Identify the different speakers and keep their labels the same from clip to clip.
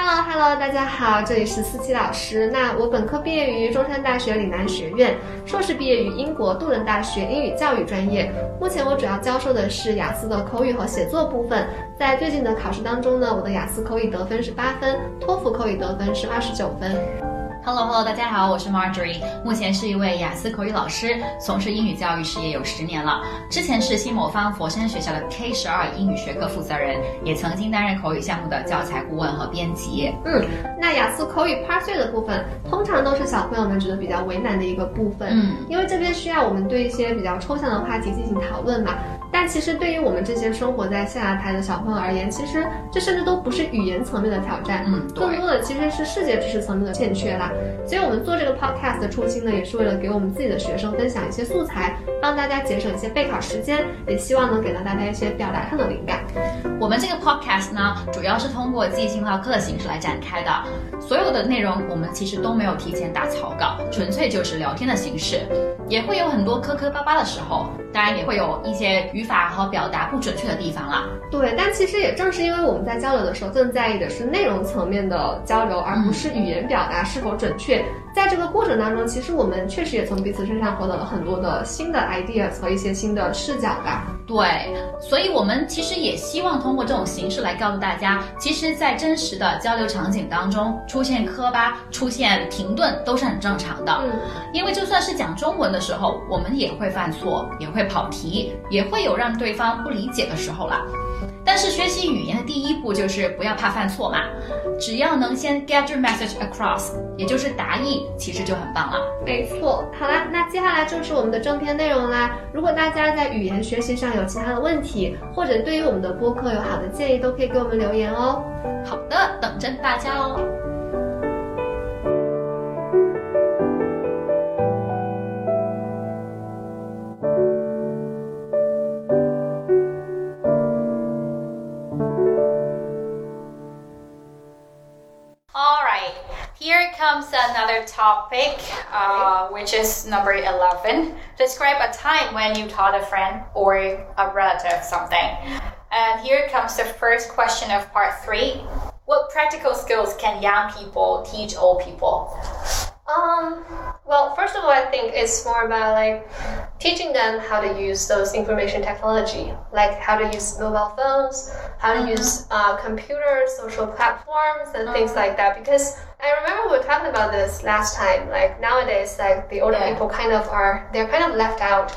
Speaker 1: Hello，大家好，这里是思琪老师。那我本科毕业于中山大学岭南学院，硕士毕业于英国杜伦大学英语教育专业。目前我主要教授的是雅思的口语和写作部分。在最近的考试当中呢，我的雅思口语得分是八分，托福口语得分是二十九分。
Speaker 2: Hello Hello，大家好，我是 Marjorie，目前是一位雅思口语老师，从事英语教育事业有十年了。之前是新某方佛山学校的 K 十二英语学科负责人，也曾经担任口语项目的教材顾问和编辑。
Speaker 1: 嗯，那雅思口语 Part Three 的部分，通常都是小朋友们觉得比较为难的一个部分，
Speaker 2: 嗯，
Speaker 1: 因为这边需要我们对一些比较抽象的话题进行讨论嘛。但其实对于我们这些生活在象牙台的小朋友而言，其实这甚至都不是语言层面的挑战，
Speaker 2: 嗯
Speaker 1: 更
Speaker 2: 对
Speaker 1: 多的其实是世界知识层面的欠缺啦。所以我们做这个 podcast 的初心呢，也是为了给我们自己的学生分享一些素材，帮大家节省一些备考时间，也希望能给到大家一些表达上的灵感。
Speaker 2: 我们这个 podcast 呢，主要是通过即兴唠嗑的形式来展开的。所有的内容我们其实都没有提前打草稿，纯粹就是聊天的形式，也会有很多磕磕巴巴的时候，当然也会有一些语法和表达不准确的地方啦。
Speaker 1: 对，但其实也正是因为我们在交流的时候，更在意的是内容层面的交流，而不是语言表达是否准确。在这个过程当中，其实我们确实也从彼此身上获得了很多的新的 ideas 和一些新的视角吧。
Speaker 2: 对，所以我们其实也希望通过这种形式来告诉大家，其实，在真实的交流场景当中，出现磕巴、出现停顿都是很正常的。
Speaker 1: 嗯，
Speaker 2: 因为就算是讲中文的时候，我们也会犯错，也会跑题，也会有让对方不理解的时候啦。但是学习语言的第一步就是不要怕犯错嘛，只要能先 get your message across，也就是达意，其实就很棒了。
Speaker 1: 没错。好啦，那接下来正是我们的正片内容啦。如果大家在语言学习上有其他的问题，或者对于我们的播客有好的建议，都可以给我们留言哦。
Speaker 2: 好的，等着大家哦。
Speaker 3: All right, here comes another topic, uh, which is number 11. Describe a time when you taught a friend or a relative something. And here comes the first question of part three. What practical skills can young people teach old people?
Speaker 4: Um, well, first of all, I think it's more about like teaching them how to use those information technology, like how to use mobile phones, how to use uh, computers, social platforms, and things like that. Because I remember we were talking about this last time. Like nowadays, like the older
Speaker 3: Yeah.
Speaker 4: people kind of are they're kind of left out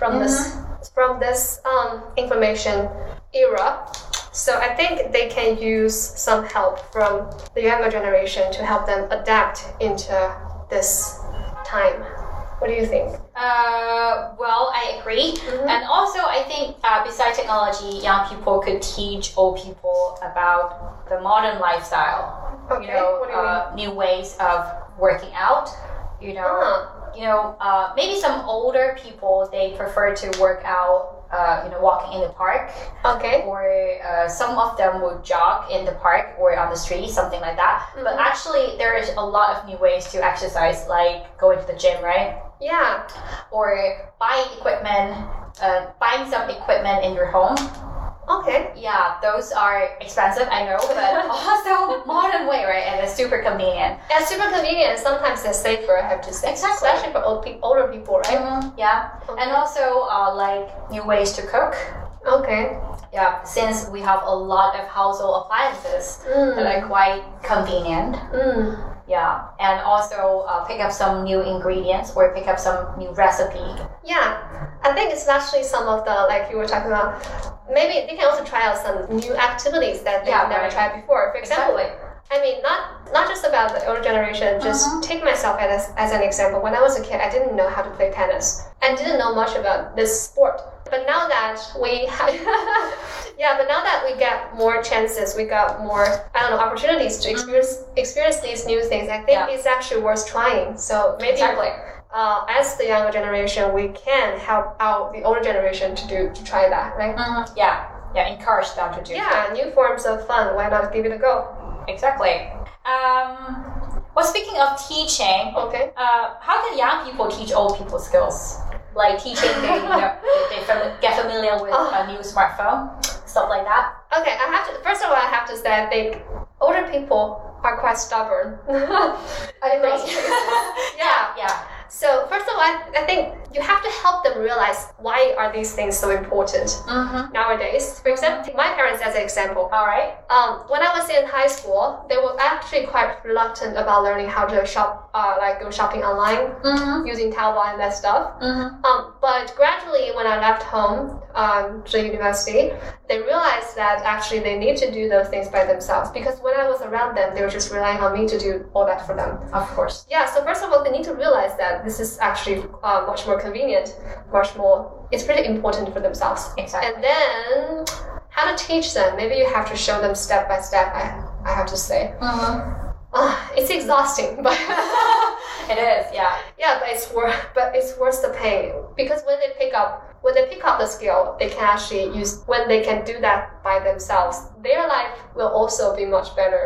Speaker 4: from this from this um, information era. So I think they can use some help from the younger generation to help them adapt into this time. What do you think?
Speaker 3: Uh, well, I agree. And also, I think uh, besides technology, young people could teach old people about the modern lifestyle.
Speaker 4: Okay,
Speaker 3: you know,
Speaker 4: what do you mean?
Speaker 3: uh, new ways of working out. You know,
Speaker 4: Ah,
Speaker 3: you know, uh, maybe some older people they prefer to work out. Uh, you know, walking in the park,
Speaker 4: okay.
Speaker 3: or uh, some of them would jog in the park or on the street, something like that.
Speaker 4: Mm-hmm.
Speaker 3: But actually, there is a lot of new ways to exercise, like going to the gym, right?
Speaker 4: Yeah.
Speaker 3: Or buying equipment, uh, buying some equipment in your home.
Speaker 4: Okay.
Speaker 3: Yeah, those are expensive, I know, but also modern way, right? And it's super convenient.
Speaker 4: It's super convenient. Sometimes they're safer. I have to say,
Speaker 3: Exactly.
Speaker 4: especially for old people, older people, right?
Speaker 3: Yeah, and also uh, like new ways to cook.
Speaker 4: Okay.
Speaker 3: Yeah, since we have a lot of household appliances that
Speaker 4: Hmm.
Speaker 3: are quite convenient.
Speaker 4: Mm.
Speaker 3: Yeah, and also uh, pick up some new ingredients or pick up some new recipe.
Speaker 4: Yeah, I think especially some of the like you were talking about. Maybe they can also try out some new activities that they've
Speaker 3: Yeah,
Speaker 4: never
Speaker 3: right.
Speaker 4: tried before. For example, I mean, not not just about the older generation. Just take myself as, as an example. When I was a kid, I didn't know how to play tennis. I didn't know much about this sport. But now that we have, yeah, but now that we get more chances, we got more I don't know opportunities to experience experience these new things. I think
Speaker 3: Yeah.
Speaker 4: it's actually worth trying. So maybe uh, as the younger generation, we can help out the older generation to do to try that, right?
Speaker 3: Mhm, Yeah, yeah, encourage them to do.
Speaker 4: Yeah, new forms of fun. Why not give it a go?
Speaker 3: exactly. Um, well, speaking of teaching,
Speaker 4: Okay.
Speaker 3: Uh, how can young people teach old people skills? Like teaching they, you know, they, they fam- get familiar with
Speaker 4: Ah.
Speaker 3: a new smartphone, stuff like that.
Speaker 4: Okay. I have to. First of all, I have to say I think older people are quite stubborn. I yeah.
Speaker 3: yeah.
Speaker 4: So first of all, I, I think you have to help them realize why are these things so important
Speaker 3: Mm-hmm.
Speaker 4: nowadays. For example, take my parents as an example.
Speaker 3: All right.
Speaker 4: Um, when I was in high school, they were actually quite reluctant about learning how to shop, uh, like go shopping online
Speaker 3: Mm-hmm.
Speaker 4: using Taobao and that stuff.
Speaker 3: Mm-hmm.
Speaker 4: Um, but gradually, when I left home um, to university, they realized that actually they need to do those things by themselves because when I was around them, they were just relying on me to do all that for them.
Speaker 3: Of course.
Speaker 4: Yeah, so first of all, they need to realize that this is actually uh, much more convenient, much more, it's pretty important for themselves.
Speaker 3: Exactly.
Speaker 4: And then, how to teach them? Maybe you have to show them step by step, I, I have to say.
Speaker 3: Mm-hmm.
Speaker 4: Ah, it's exhausting, but.
Speaker 3: It is. Yeah.
Speaker 4: Yeah, but it's worth but it's worth the pain because when they pick up when they pick up the skill, they can actually use when they can do that by themselves. Their life will also be much better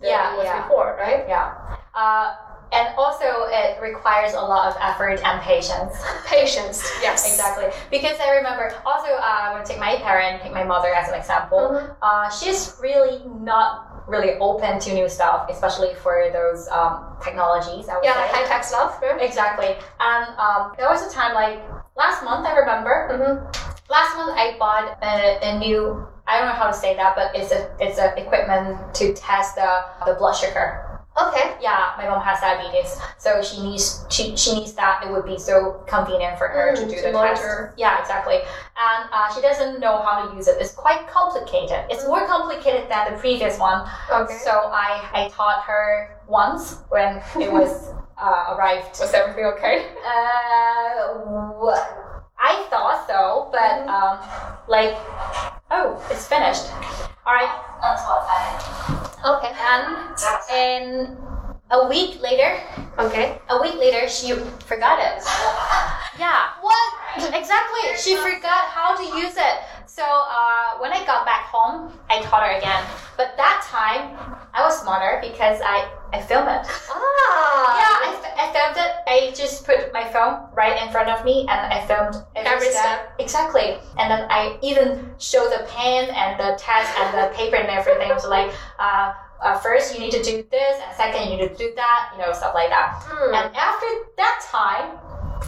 Speaker 4: than
Speaker 3: Yeah,
Speaker 4: it was
Speaker 3: yeah.
Speaker 4: before, right?
Speaker 3: Yeah. Uh, and also, it requires a lot of effort and patience.
Speaker 4: Patience, yes,
Speaker 3: Exactly. Because I remember also, uh, I'm going to take my parent, take my mother as an example.
Speaker 4: Mhm.
Speaker 3: Uh, she's really not really open to new stuff, especially for those um, technologies, I would
Speaker 4: Yeah,
Speaker 3: say.
Speaker 4: like high tech stuff, right?
Speaker 3: Exactly. And um, there was a time like last month, I remember.
Speaker 4: Mm-hmm.
Speaker 3: Last month, I bought a, a new. I don't know how to say that, but it's a it's a equipment to test the, the blood sugar.
Speaker 4: Okay.
Speaker 3: Yeah, my mom has diabetes, so she needs she, she needs that. It would be so convenient for her to
Speaker 4: Mm,
Speaker 3: do
Speaker 4: to
Speaker 3: the
Speaker 4: monitor.
Speaker 3: test. Yeah, exactly. And uh, she doesn't know how to use it. It's quite complicated. It's
Speaker 4: Mm.
Speaker 3: more complicated than the previous one.
Speaker 4: Okay.
Speaker 3: So I I taught her once when it was uh, arrived
Speaker 4: was everything okay?
Speaker 3: uh, wh- I thought so, but
Speaker 4: Mm-hmm.
Speaker 3: um, like, oh, it's finished. All right.
Speaker 4: Okay.
Speaker 3: And and a week later,
Speaker 4: Okay.
Speaker 3: a week later, she forgot it. Yeah. What? Exactly. She forgot how to use it. So uh, when I got back home, I taught her again. But that time, I was smarter because I I filmed it. Yeah,
Speaker 4: Ah.
Speaker 3: I, f- I filmed it. I just put my phone right in front of me and I filmed every,
Speaker 4: Every
Speaker 3: step.
Speaker 4: step.
Speaker 3: Exactly. And then I even show the pen and the test and the paper and everything. So like, uh, uh, first you need to do this, and second you need to do that. You know, stuff like that.
Speaker 4: Hmm.
Speaker 3: And after that time,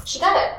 Speaker 3: she got it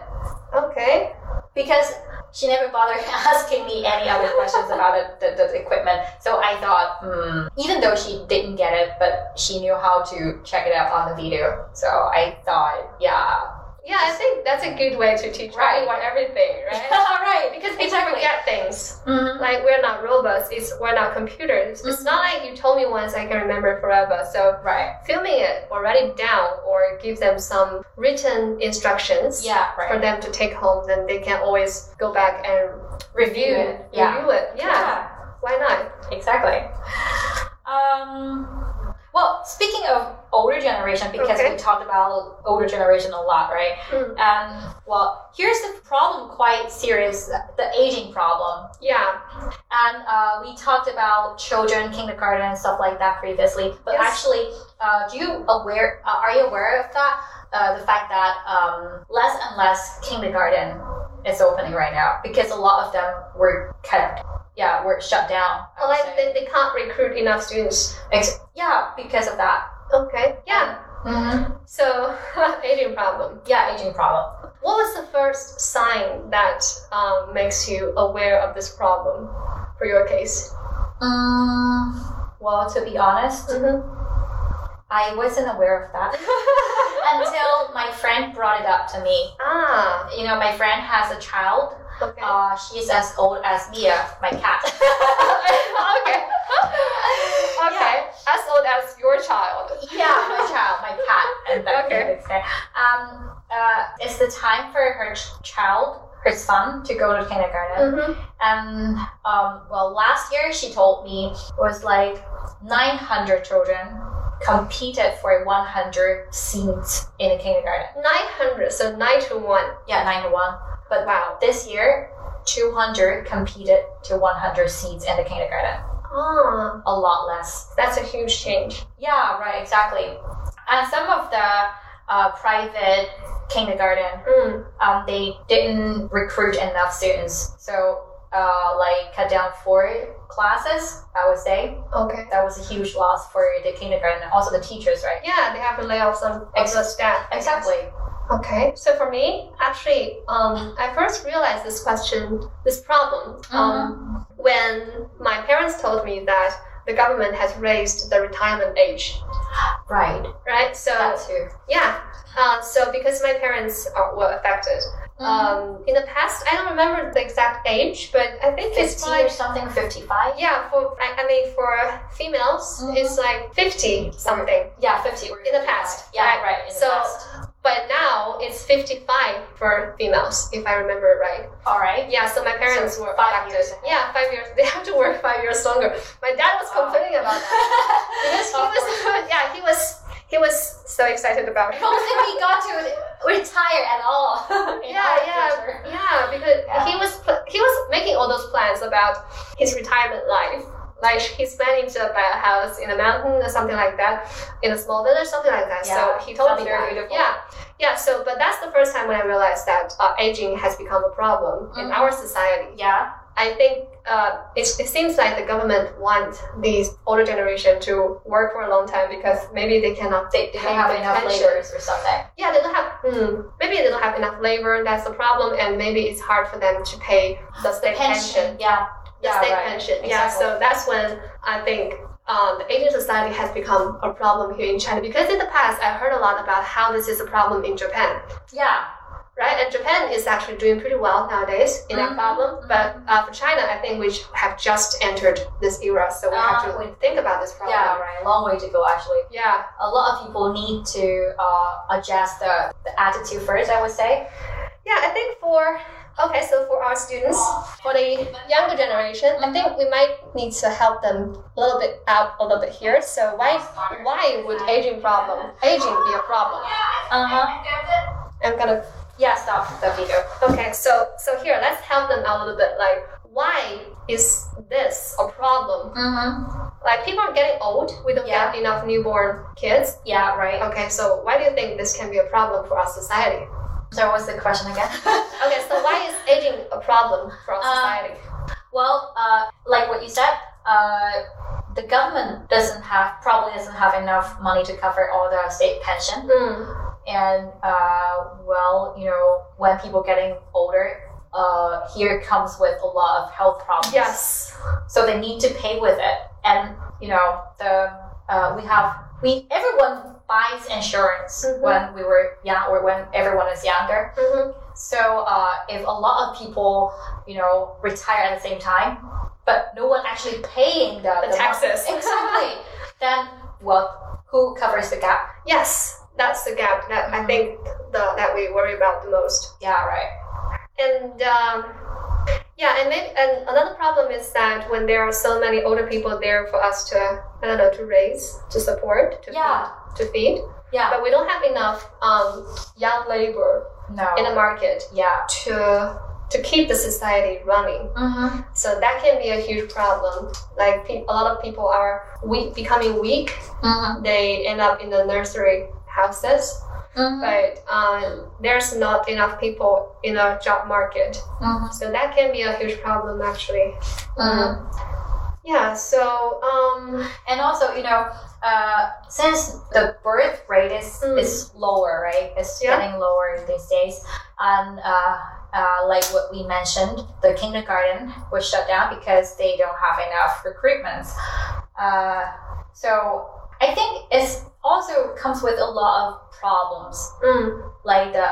Speaker 4: Okay.
Speaker 3: because she never bothered asking me any other questions about it, the, the equipment. So I thought, hmm, even though she didn't get it, but she knew how to check it out on the video. So I thought, yeah,
Speaker 4: Yeah, I think that's a good way to teach
Speaker 3: Right.
Speaker 4: everyone everything, right?
Speaker 3: all right,
Speaker 4: because people
Speaker 3: exactly.
Speaker 4: forget things.
Speaker 3: Mhm.
Speaker 4: like we're not robots it's we're not computers it's not like you told me once i can remember forever so
Speaker 3: Right.
Speaker 4: filming it or write it down or give them some written instructions
Speaker 3: Yeah.
Speaker 4: for
Speaker 3: Right.
Speaker 4: them to take home then they can always go back and
Speaker 3: Review.
Speaker 4: review,
Speaker 3: Yeah.
Speaker 4: review it yeah
Speaker 3: yeah.
Speaker 4: why not
Speaker 3: Exactly. Um. Well, speaking of older generation, because
Speaker 4: Okay.
Speaker 3: we talked about older generation a lot, right?
Speaker 4: Mm.
Speaker 3: Um, well, here's the problem, quite serious, the aging problem.
Speaker 4: yeah
Speaker 3: And uh, we talked about children, kindergarten, and stuff like that previously. But
Speaker 4: Yes.
Speaker 3: actually, uh, do you aware? Uh, are you aware of that? Uh, the fact that um, less and less kindergarten is opening right now because a lot of them were cut. Yeah, were shut down. I
Speaker 4: Or
Speaker 3: would
Speaker 4: like
Speaker 3: say.
Speaker 4: they, they can't recruit enough students
Speaker 3: Ex- yeah, because of that.
Speaker 4: okay yeah
Speaker 3: Mm-hmm.
Speaker 4: so aging problem
Speaker 3: Yeah, aging problem.
Speaker 4: what was the first sign that um, makes you aware of this problem for your case
Speaker 3: Mm, well, to be honest,
Speaker 4: mm-hmm.
Speaker 3: I wasn't aware of that until my friend brought it up to me.
Speaker 4: ah
Speaker 3: You know, my friend has a child
Speaker 4: Okay.
Speaker 3: Uh, she's as old as Mia, my cat.
Speaker 4: Oh. okay. Okay. As old as your child.
Speaker 3: yeah, my child, my cat, and that
Speaker 4: Okay.
Speaker 3: okay. Um, uh, it's the time for her ch- child, her son, to go to kindergarten.
Speaker 4: Mm-hmm.
Speaker 3: And um, well, last year she told me it was like 900 children competed for 100 seats in a kindergarten.
Speaker 4: Nine hundred. So nine to one.
Speaker 3: Yeah, 91. But
Speaker 4: Wow.
Speaker 3: this year, 200 competed to 100 seats in the kindergarten.
Speaker 4: Ah,
Speaker 3: A lot less.
Speaker 4: that's a huge change.
Speaker 3: Yeah, right, exactly. And some of the uh, private kindergarten,
Speaker 4: Mm.
Speaker 3: um, they didn't recruit enough students, so uh, like cut down four classes, I would say.
Speaker 4: Okay.
Speaker 3: That was a huge loss for the kindergarten and also the teachers, right?
Speaker 4: Yeah, they have to lay off some of the
Speaker 3: Ex-
Speaker 4: staff.
Speaker 3: Exactly.
Speaker 4: Okay. So for me, actually, um, I first realized this question, this problem, um, when my parents told me that the government has raised the retirement age.
Speaker 3: Right.
Speaker 4: Right. So
Speaker 3: That too.
Speaker 4: yeah. Uh, so because my parents are, were affected.
Speaker 3: Mm-hmm.
Speaker 4: Um, in the past, I don't remember the exact age, but I think it's
Speaker 3: 15 or
Speaker 4: like
Speaker 3: something, 55?
Speaker 4: yeah. For I, I mean, for females,
Speaker 3: Mhm.
Speaker 4: it's like fifty something.
Speaker 3: Yeah, 50. We're
Speaker 4: In the past,
Speaker 3: Yeah,
Speaker 4: right?
Speaker 3: right. in
Speaker 4: So-
Speaker 3: the past.
Speaker 4: But now it's 55 for females, if I remember right.
Speaker 3: All right.
Speaker 4: Yeah, so my parents
Speaker 3: So
Speaker 4: were
Speaker 3: five
Speaker 4: affected.
Speaker 3: years ahead.
Speaker 4: Yeah, five years. They have to work five years longer. My dad was
Speaker 3: Wow.
Speaker 4: complaining about that because he
Speaker 3: Of
Speaker 4: was. yeah, he was. He was so excited about it.
Speaker 3: I don't think we got to retire at all. in
Speaker 4: Yeah,
Speaker 3: our
Speaker 4: yeah.
Speaker 3: future.
Speaker 4: Yeah, because
Speaker 3: Yeah.
Speaker 4: he was pl- he was making all those plans about his retirement life. Like he's planning to buy a house in a mountain or something like that, in a small village, something like that.
Speaker 3: Yeah,
Speaker 4: so he told me
Speaker 3: sounds very
Speaker 4: that.
Speaker 3: beautiful.
Speaker 4: Yeah, yeah. So, but that's the first time when I realized that uh, aging has become a problem in
Speaker 3: Mhm.
Speaker 4: our society.
Speaker 3: Yeah.
Speaker 4: I think uh, it, it seems like the government wants these older generation to work for a long time because maybe they cannot
Speaker 3: They, they
Speaker 4: pay
Speaker 3: don't have
Speaker 4: the
Speaker 3: enough
Speaker 4: pension.
Speaker 3: laborers or something.
Speaker 4: Yeah, they don't have. Hmm, maybe they don't have enough labor. That's the problem, and maybe it's hard for them to pay the state pension.
Speaker 3: Yeah.
Speaker 4: The
Speaker 3: yeah,
Speaker 4: state
Speaker 3: right.
Speaker 4: pension.
Speaker 3: Exactly.
Speaker 4: Yeah, so that's when I think um, the Asian society has become a problem here in China because in the past I heard a lot about how this is a problem in Japan,
Speaker 3: Yeah.
Speaker 4: right? And Japan is actually doing pretty well nowadays in that
Speaker 3: Mhm,
Speaker 4: problem, but uh, for China, I think we have just entered this era, so we have
Speaker 3: Ah,
Speaker 4: to think about this problem.
Speaker 3: Yeah, right. Long way to go, actually.
Speaker 4: Yeah.
Speaker 3: A lot of people need to uh, adjust the, the attitude first, I would say.
Speaker 4: Yeah, I think for okay, so for our students, for the younger generation, I think we might need to help them a little bit out, a little bit here. So why why would aging problem aging be a problem?
Speaker 3: Uh huh.
Speaker 4: I'm gonna
Speaker 3: Yeah, stop the video.
Speaker 4: okay. So so here, let's help them out a little bit. Like why is this a problem?
Speaker 3: Mm hmm.
Speaker 4: Like people are getting old. We don't
Speaker 3: Yeah.
Speaker 4: have enough newborn kids.
Speaker 3: Yeah, right. Um,
Speaker 4: Okay, so why do you think this can be a problem for our society?
Speaker 3: So, what's the question again?
Speaker 4: Okay, so why is aging a problem for our
Speaker 3: Um,
Speaker 4: society?
Speaker 3: Well, uh, like what you said, uh, the government doesn't have probably doesn't have enough money to cover all the state pension,
Speaker 4: Mm,
Speaker 3: and uh, well, you know, when people getting older, uh, here comes with a lot of health problems.
Speaker 4: yes.
Speaker 3: So they need to pay with it, and you know, the uh, we have we everyone buys insurance
Speaker 4: Mhm.
Speaker 3: when we were young or when everyone is younger.
Speaker 4: Mhm.
Speaker 3: So uh, if a lot of people, you know, retire at the same time, but no one actually paying the,
Speaker 4: The
Speaker 3: mon-
Speaker 4: taxes.
Speaker 3: exactly, then well, who covers the gap?
Speaker 4: Yes, that's the gap that I
Speaker 3: Mhm.
Speaker 4: think the, that we worry about the most.
Speaker 3: Yeah, right.
Speaker 4: And um, yeah, and maybe, and another problem is that when there are so many older people there for us to I don't know to raise, to support, to
Speaker 3: Yeah.
Speaker 4: feed, to feed,
Speaker 3: Yeah,
Speaker 4: but we don't have enough um, young labor
Speaker 3: no.
Speaker 4: in the market
Speaker 3: yeah.
Speaker 4: to to keep the society running.
Speaker 3: Mm-hmm.
Speaker 4: So that can be a huge problem. Like pe- a lot of people are weak, becoming weak.
Speaker 3: Mm-hmm.
Speaker 4: They end up in the nursery houses. but um, there's not enough people in the job market.
Speaker 3: Mhm.
Speaker 4: So that can be a huge problem, actually. Yeah, so um,
Speaker 3: And also, you know, uh, since the birth rate is
Speaker 4: Mm.
Speaker 3: is lower, right? It's
Speaker 4: Yeah.
Speaker 3: getting lower these days, and uh, uh, like what we mentioned, the kindergarten was shut down because they don't have enough recruitments. Uh, so I think it's also comes with a lot of problems,
Speaker 4: mm,
Speaker 3: like the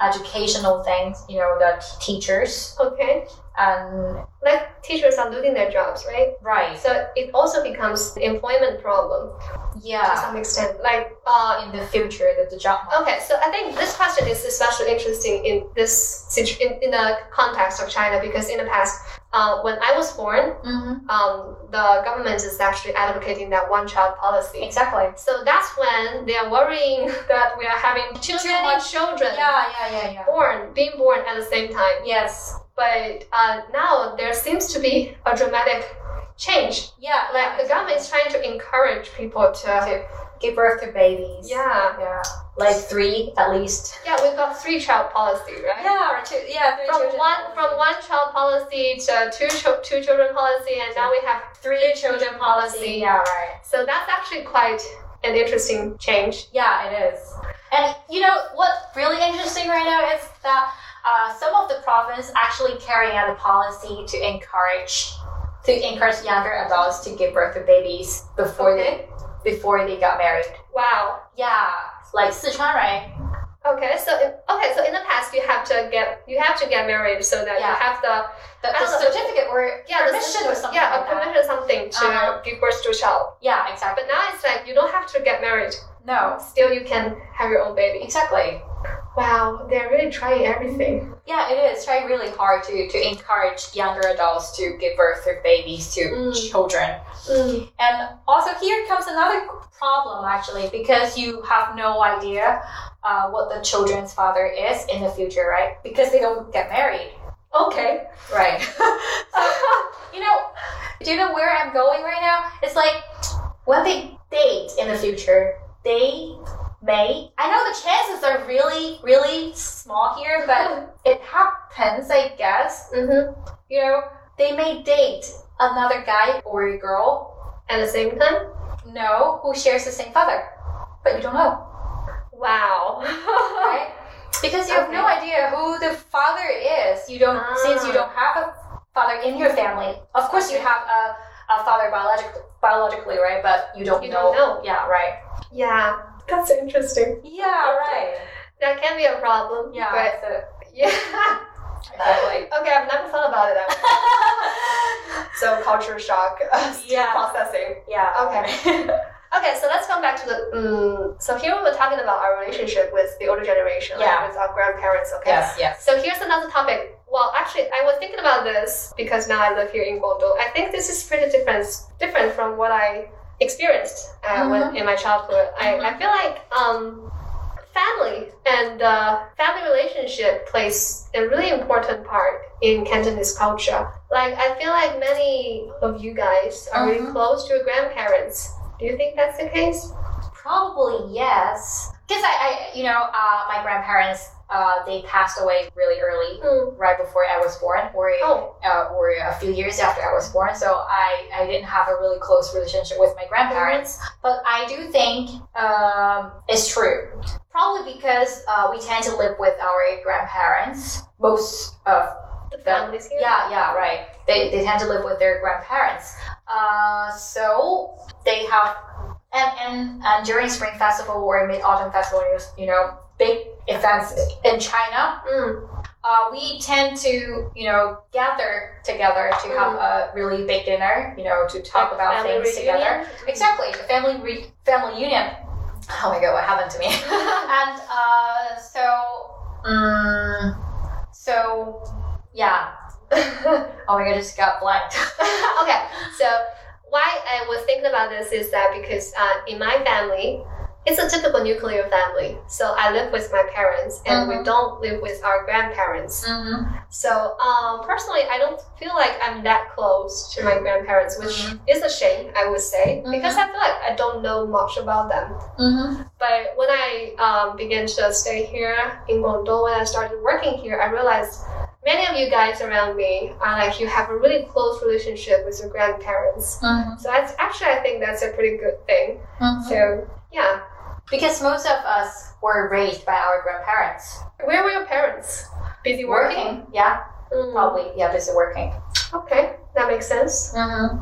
Speaker 3: educational things, you know, the teachers
Speaker 4: okay.
Speaker 3: and
Speaker 4: Like teachers are losing their jobs, right?
Speaker 3: right,
Speaker 4: So it also becomes an employment problem to
Speaker 3: yeah.
Speaker 4: some extent. Like, uh,
Speaker 3: In the future, the, the job market.
Speaker 4: okay, so I think this question is especially interesting in this situ- in, in the context of China because in the past, uh, when I was born,
Speaker 3: Mm-hmm.
Speaker 4: um, the government is actually advocating that one-child policy.
Speaker 3: Exactly.
Speaker 4: So that's when they are worrying that we are having too
Speaker 3: Too
Speaker 4: many
Speaker 3: much-
Speaker 4: children
Speaker 3: Yeah, yeah, yeah, yeah.
Speaker 4: born, being born at the same time.
Speaker 3: Yes.
Speaker 4: But uh, now there seems to be a dramatic change.
Speaker 5: Yeah,
Speaker 4: Like the government is trying to encourage people to.
Speaker 3: To give birth to babies.
Speaker 4: Yeah,
Speaker 3: Yeah. Like three at least.
Speaker 4: yeah, we've got three child policy, right?
Speaker 3: Yeah, or two. Yeah, three
Speaker 4: From
Speaker 3: children.
Speaker 4: one from one child policy to two chil- two children policy, and now we have three children policy.
Speaker 3: Yeah, right.
Speaker 4: So that's actually quite an interesting change.
Speaker 3: Yeah, it is. And you know what's really interesting right now is that uh, some of the provinces actually carrying out a policy to encourage to encourage younger adults to give birth to babies before they before they got married.
Speaker 4: Wow.
Speaker 3: Yeah, like Sichuan, right?
Speaker 4: Okay, so in, okay, so in the past you have to get you have to get married so that you
Speaker 3: Yeah.
Speaker 4: have the
Speaker 3: The,
Speaker 4: I
Speaker 3: the
Speaker 4: don't know.
Speaker 3: certificate or
Speaker 4: yeah the
Speaker 3: permission
Speaker 4: certi-
Speaker 3: or something
Speaker 4: yeah
Speaker 3: like
Speaker 4: a
Speaker 3: that.
Speaker 4: permission or something to
Speaker 3: Uh-huh.
Speaker 4: give birth to a child.
Speaker 3: Yeah, exactly.
Speaker 4: But now it's like you don't have to get married.
Speaker 3: No,
Speaker 4: Still, you can have your own baby.
Speaker 3: exactly.
Speaker 4: Wow, they're really trying everything.
Speaker 3: Yeah, it is trying really hard to, to encourage younger adults to give birth to babies to
Speaker 4: Mm.
Speaker 3: children.
Speaker 4: Mm.
Speaker 3: And also here comes another problem actually because you have no idea uh, what the children's father is in the future, right? Because they don't get married. Okay. Right. you know, do you know where I'm going right now? It's like when they date in the future, they may. I know the chances are really, really small here, but it happens, I guess.
Speaker 4: Mm-hmm.
Speaker 3: You know, they may date another guy or a girl,
Speaker 4: At the same time,
Speaker 3: no, who shares the same father, but you don't know,
Speaker 4: wow.
Speaker 3: right? Because you have no idea who the father is. You don't,
Speaker 4: Ah.
Speaker 3: since you don't have a father in your family. Of course, you have a, a father biologically, biologically, right? But you don't
Speaker 4: You
Speaker 3: know.
Speaker 4: don't know.
Speaker 3: Yeah, right.
Speaker 4: yeah, that's interesting.
Speaker 3: Yeah, right.
Speaker 4: That can be a problem.
Speaker 3: Yeah,
Speaker 4: but yeah.
Speaker 3: exactly.
Speaker 4: Okay, I've never thought about it. That way. so culture shock.
Speaker 3: Yeah.
Speaker 4: Processing.
Speaker 3: Yeah.
Speaker 4: Okay. Okay, so let's come back to the. Um, so here we were talking about our relationship with the older generation, like
Speaker 3: Yeah.
Speaker 4: with our grandparents. Okay.
Speaker 3: Yes, yes.
Speaker 4: So here's another topic. Well, actually, I was thinking about this because now I live here in Guangdong. I think this is pretty different, different from what I experienced uh,
Speaker 3: Uh-huh.
Speaker 4: when, in my childhood. I, I feel like um, family and uh, family relationship plays a really important part in Cantonese culture. Like, I feel like many of you guys are really
Speaker 3: Uh-huh.
Speaker 2: Mhm.
Speaker 4: close to your grandparents. Do you think that's the case?
Speaker 3: Probably yes. Because I, I, you know, uh, my grandparents, uh, they passed away really early,
Speaker 4: Mm.
Speaker 3: right before I was born, or
Speaker 4: Oh,
Speaker 3: uh, or a few years after I was born, so I, I didn't have a really close relationship with my grandparents. But I do think um, it's true. Probably because uh, we tend to live with our grandparents. Most of
Speaker 4: the families here.
Speaker 3: yeah, yeah, right. They, they tend to live with their grandparents. Uh, so they have, and, and, and during Spring Festival or Mid Autumn Festival, you- you know, big events in China,
Speaker 4: Mm.
Speaker 3: uh, we tend to, you know, gather together to have a really big dinner, you know, to talk
Speaker 4: Like
Speaker 3: about
Speaker 4: family
Speaker 3: things
Speaker 4: reunion?
Speaker 3: together. Exactly, a family re- family union. Oh my god, what happened to me? and uh, so, um, so yeah. oh my god, I just got blanked.
Speaker 4: okay, so why I was thinking about this is that because uh, in my family, it's a typical nuclear family. So I live with my parents, and we don't live with our grandparents.
Speaker 2: Mm-hmm.
Speaker 4: So um, personally, I don't feel like I'm that close to my grandparents, which is a shame, I would say, because I feel like I don't know much about them.
Speaker 2: Mm-hmm.
Speaker 4: But when I um, began to stay here in Guangdong, when I started working here, I realized many of you guys around me are like you have a really close relationship with your grandparents.
Speaker 2: Mhm.
Speaker 4: So that's actually I think that's a pretty good thing. So yeah,
Speaker 3: because most of us were raised by our grandparents.
Speaker 4: where were your parents? Busy working.
Speaker 3: yeah,
Speaker 4: Mm,
Speaker 3: probably, yeah, busy working.
Speaker 4: Okay, that makes sense.
Speaker 2: Mm-hmm.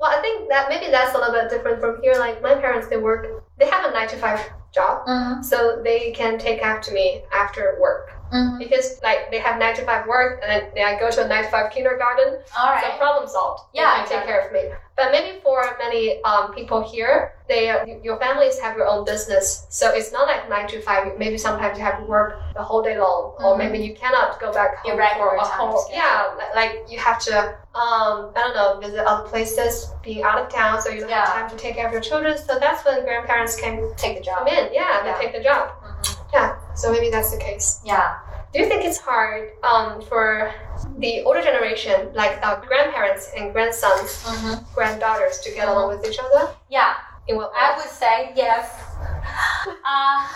Speaker 4: Well, I think that maybe that's a little bit different from here. Like my parents, they work. They have a nine to five job,
Speaker 2: Mm-hmm.
Speaker 4: so they can take after me after work.
Speaker 2: Mm-hmm.
Speaker 4: because like they have nine to five work and then, then I go to a nine to five kindergarten.
Speaker 3: All
Speaker 4: So problem solved. They
Speaker 3: Yeah,
Speaker 4: can take care of me. But maybe for many um, people here, they y- your families have your own business, so it's not like nine to five. Maybe sometimes you have to work the whole day long, or
Speaker 3: Mhm.
Speaker 4: maybe you cannot go back
Speaker 3: Your
Speaker 4: home
Speaker 3: regular
Speaker 4: for a
Speaker 3: times,
Speaker 4: whole.
Speaker 3: yeah.
Speaker 4: Yeah, li- like you have to. Um, I don't know, visit other places, being out of town, so you don't
Speaker 3: Yeah.
Speaker 4: have time to take care of your children. So that's when grandparents can
Speaker 3: Take the job.
Speaker 4: come in, yeah,
Speaker 3: Yeah.
Speaker 4: they take the job.
Speaker 3: Mhm.
Speaker 4: Yeah, so maybe that's the case.
Speaker 3: Yeah.
Speaker 4: Do you think it's hard um, for the older generation, like our grandparents and grandsons, granddaughters, to get along with each other?
Speaker 3: Yeah,
Speaker 4: In what way?
Speaker 3: I would say yes. Uh,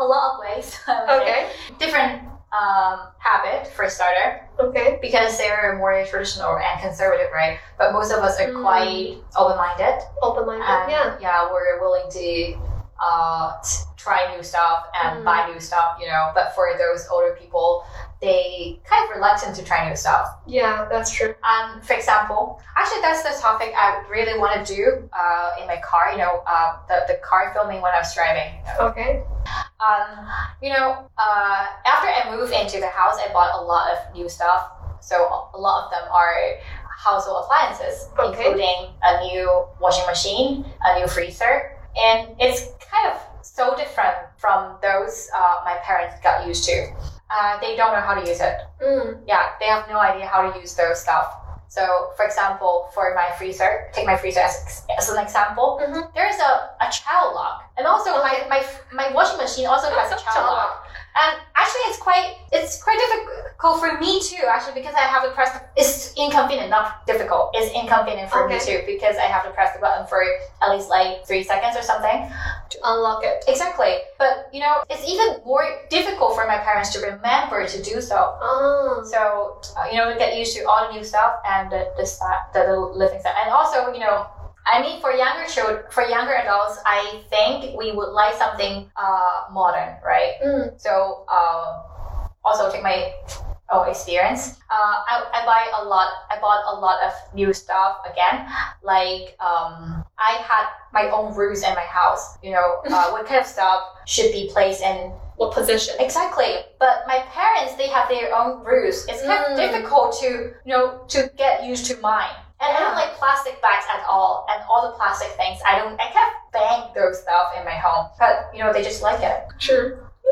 Speaker 3: a lot of ways. I would say.
Speaker 4: Okay.
Speaker 3: Different um, habit for starter
Speaker 4: Okay.
Speaker 3: because they're more traditional and conservative, right? But most of us are
Speaker 4: Mm.
Speaker 3: quite open-minded.
Speaker 4: Open-minded.
Speaker 3: And
Speaker 4: yeah.
Speaker 3: we're willing to uh, t- try new stuff and
Speaker 4: Mm.
Speaker 3: buy new stuff, you know. But for those older people, they kind of reluctant to try new stuff.
Speaker 4: Yeah, that's true.
Speaker 3: Um, for example, actually, that's the topic I really want to do uh, in my car. You know, uh, the the car filming when I was driving.
Speaker 4: Okay.
Speaker 3: Um, you know, uh, after I moved into the house, I bought a lot of new stuff. So a lot of them are household appliances,
Speaker 4: Okay.
Speaker 3: including a new washing machine, a new freezer, and it's kind of so different from those uh, my parents got used to. Uh, they don't know how to use it
Speaker 4: Mm.
Speaker 3: yeah, they have no idea how to use those stuff. So, for example, for my freezer, take my freezer as, as an example.
Speaker 4: Mhm.
Speaker 3: There is a, a child lock, and also
Speaker 4: Okay.
Speaker 3: my, my my washing machine also has a child lock. And actually, it's quite it's quite difficult for me too. Actually, because I have to press. The, it's inconvenient, not difficult. It's inconvenient for me too because I have to press the button for at least like three seconds or something.
Speaker 4: To unlock it.
Speaker 3: Exactly. But you know, it's even more difficult for my parents to remember to do so.
Speaker 4: Oh.
Speaker 3: So uh, you know, get used to all the new stuff and the the, sti- the, the living style, and also you know. I mean, for younger children, for younger adults, I think we would like something uh, modern, right?
Speaker 4: Mm.
Speaker 3: So, um, also take my own experience. Uh, I, I buy a lot. I bought a lot of new stuff again. Like, um, I had my own rules in my house. You know, uh, what kind of stuff should be placed in
Speaker 4: What position?
Speaker 3: Exactly. But my parents, they have their own rules. It's kind
Speaker 4: Mm.
Speaker 3: of difficult to, you know, to get used to mine. And I don't
Speaker 4: Yeah.
Speaker 3: like plastic bags at all, and all the plastic things. I don't. I can't bang those stuff in my home. But you know, they just like it.
Speaker 4: True.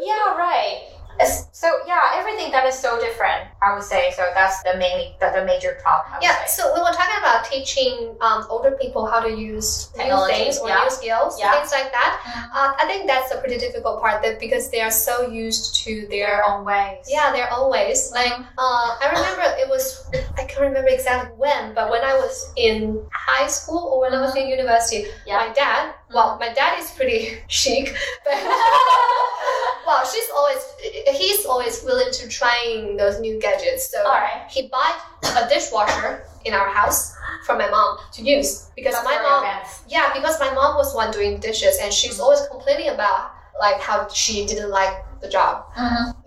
Speaker 3: Yeah, right. It's- so yeah, everything that is so different. I would say so. That's the mainly the, the major problem. I would
Speaker 4: Yeah,
Speaker 3: say.
Speaker 4: so we were talking about teaching um, older people how to use new
Speaker 3: Technology,
Speaker 4: things or
Speaker 3: yeah.
Speaker 4: new
Speaker 3: Yeah.
Speaker 4: skills,
Speaker 3: Mm-hmm.
Speaker 4: things like that. Uh, I think that's a pretty difficult part that because they are so used to their
Speaker 3: their own ways.
Speaker 4: Yeah, they're always like. Uh, I remember it was. I can't remember exactly when, but when I was in high school or when I was in university,
Speaker 3: Yeah.
Speaker 4: my dad. Well, my dad is pretty chic, but well, she's always. He's always willing to trying those new gadgets. So
Speaker 3: All right.
Speaker 4: he bought a dishwasher in our house for my mom to use because
Speaker 3: That's
Speaker 4: my
Speaker 3: for
Speaker 4: mom.
Speaker 3: events.
Speaker 4: Yeah, because my mom was one doing dishes, and she's always complaining about like how she didn't like the job.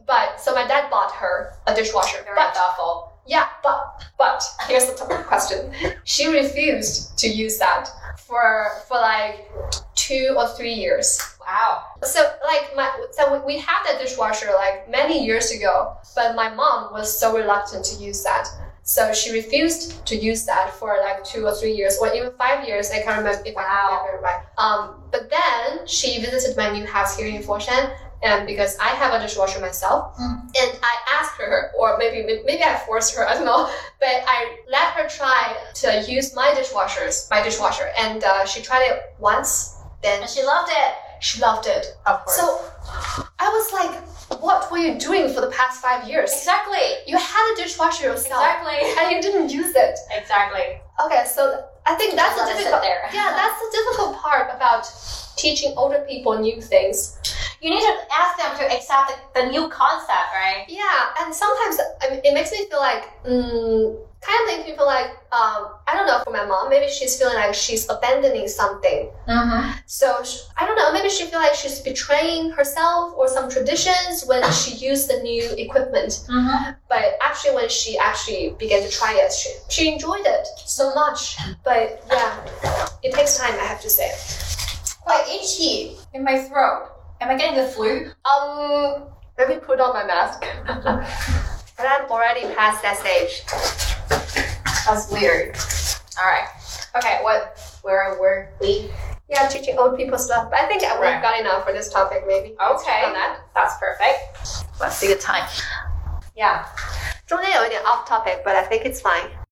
Speaker 4: But so my dad bought her a dishwasher.
Speaker 3: Very
Speaker 4: Mm-hmm. But
Speaker 3: thoughtful.
Speaker 4: yeah, but but here's the tough question. She refused to use that for for like two or three years.
Speaker 3: Wow.
Speaker 4: So like my so we- we had that dishwasher like many years ago, but my mom was so reluctant to use that. So she refused to use that for like two or three years, or even five years. I can't remember if I
Speaker 3: Wow.
Speaker 4: remember right. Um, but then she visited my new house here in Foshan, and because I have a dishwasher myself,
Speaker 3: Mm.
Speaker 4: and I asked her, or maybe maybe I forced her, I don't know, but I let her try to use my dishwashers, my dishwasher, and uh, she tried it once. Then
Speaker 3: And she loved it.
Speaker 4: she loved it.
Speaker 3: Of course.
Speaker 4: So I was like, what were you doing for the past five years?
Speaker 3: exactly.
Speaker 4: You had a dishwasher yourself
Speaker 3: Exactly.
Speaker 4: and you didn't use it.
Speaker 3: Exactly.
Speaker 4: Okay, so I think that's
Speaker 3: Let it
Speaker 4: a
Speaker 3: sit
Speaker 4: difficult
Speaker 3: there.
Speaker 4: Yeah, that's the difficult part about teaching older people new things.
Speaker 3: You need to ask them to accept the, the new concept, right?
Speaker 4: Yeah, and sometimes I mean, it makes me feel like, mm, kind of makes me feel like, um, I don't know, for my mom, maybe she's feeling like she's abandoning something
Speaker 3: Mm-hmm.
Speaker 4: So sh I don't know. Maybe she feel like she's betraying herself or some traditions when she used the new equipment.
Speaker 3: Mhm.
Speaker 4: But actually, when she actually began to try it, she, she enjoyed it so much. But yeah, it takes time. I have to say.
Speaker 3: Quite itchy in my throat. Am I getting the flu?
Speaker 4: Um, let me put on my mask. but I'm already past that stage.
Speaker 3: That's weird. All right. Okay. What? Where were we?
Speaker 4: Yeah, teaching old people stuff. But I think we've
Speaker 3: Right.
Speaker 4: got enough for this topic. Maybe.
Speaker 3: Okay.
Speaker 4: On that.
Speaker 3: That's perfect. Let's see the time. Yeah.
Speaker 4: 中间有一点 off topic, but I think it's fine.